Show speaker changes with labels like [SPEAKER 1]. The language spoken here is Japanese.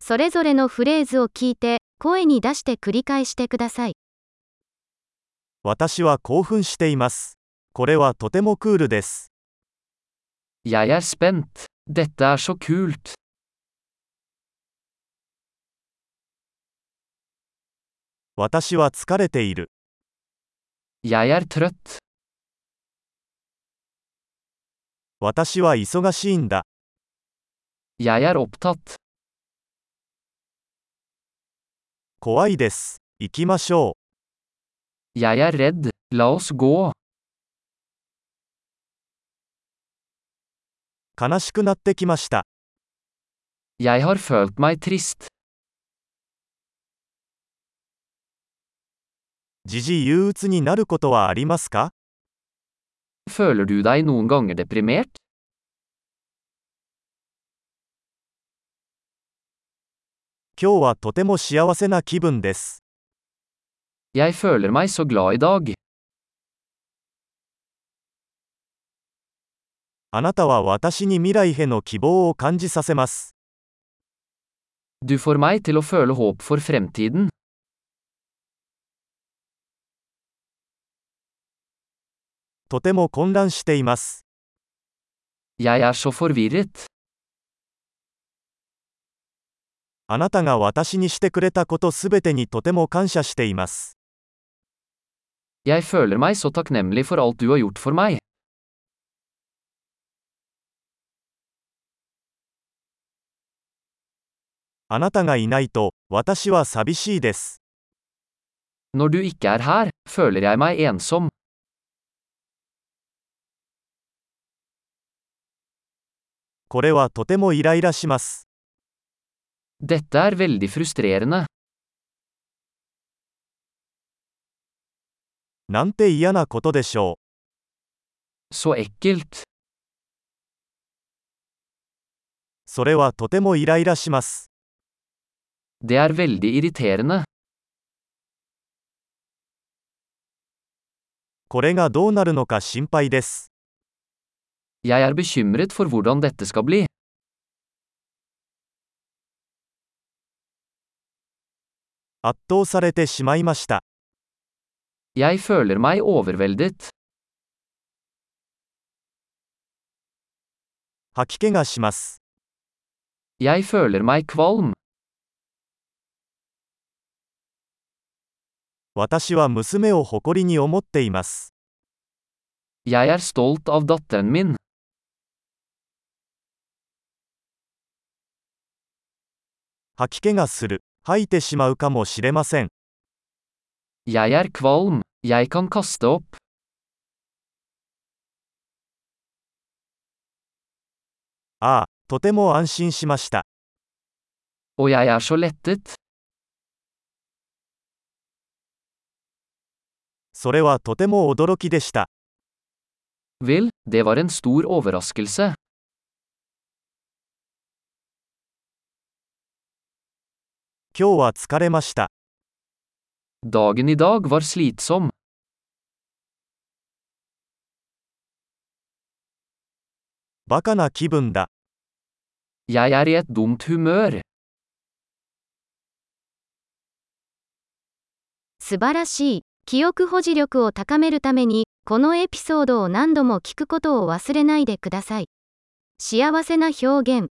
[SPEAKER 1] それぞれのフレーズを聞いて、声に出して繰り返してください。
[SPEAKER 2] 私は興奮しています。これはとてもクールです。
[SPEAKER 3] Jeg er spent. Dette er så kult.
[SPEAKER 2] 私は疲れている。
[SPEAKER 3] Jeg er trøtt.
[SPEAKER 2] 私は忙しいんだ。
[SPEAKER 3] Jeg er opptatt.
[SPEAKER 2] 怖いです。行きましょう。
[SPEAKER 3] Jeg er redd. La oss gå.
[SPEAKER 2] 悲しくなってきました。
[SPEAKER 3] Jeg har følt meg trist.
[SPEAKER 2] 時々憂鬱になることはありますか
[SPEAKER 3] Føler du deg noen ganger deprimert?
[SPEAKER 2] 今日はとても幸せな気分です。
[SPEAKER 3] Jeg føler meg så glad i dag.
[SPEAKER 2] あなたは私に未来への希望を感じさせます。
[SPEAKER 3] Du får meg til å føle håp for fremtiden.
[SPEAKER 2] とても混乱しています。
[SPEAKER 3] Jeg er så forvirret.
[SPEAKER 2] あなたが私にしてくれたことすべてにとても感謝しています。
[SPEAKER 3] Jeg føler meg så takknemlig for alt du har gjort for meg.
[SPEAKER 2] あなたがいないと、私は寂しいです。
[SPEAKER 3] Når du ikke er her, føler jeg meg ensom.
[SPEAKER 2] これはとてもイライラします。
[SPEAKER 3] Dette er veldig frustrerende.
[SPEAKER 2] なんて嫌なことでしょう。
[SPEAKER 3] Så ekkelt.
[SPEAKER 2] それはとてもイライラします。
[SPEAKER 3] Det er veldig irriterende.
[SPEAKER 2] これがどうなるのか心配です。
[SPEAKER 3] Jeg er bekymret for hvordan dette skal bli.
[SPEAKER 2] 圧倒されてしまいました。
[SPEAKER 3] Jeg føler meg overveldet.
[SPEAKER 2] 吐き気がします。
[SPEAKER 3] Jeg føler meg kvalm.
[SPEAKER 2] 私は娘を誇りに思っています。
[SPEAKER 3] Jeg er stolt av datteren min.
[SPEAKER 2] 吐き気がする。吐いてしまうかもしれません。
[SPEAKER 3] Jeg er kvalm. Jeg kan kaste opp.
[SPEAKER 2] ああ、とても安心しました。
[SPEAKER 3] Og jeg er så lettet.
[SPEAKER 2] それはとても驚きでした。
[SPEAKER 3] Vel, det var en stor overraskelse.
[SPEAKER 2] 今日は疲れました。
[SPEAKER 3] Dagen i dag var slitsom.
[SPEAKER 2] バカな気分だ。
[SPEAKER 3] Jeg er i et dumt humør.
[SPEAKER 1] 素晴らしい。記憶保持力を高めるために、このエピソードを何度も聞くことを忘れないでください。幸せな表現。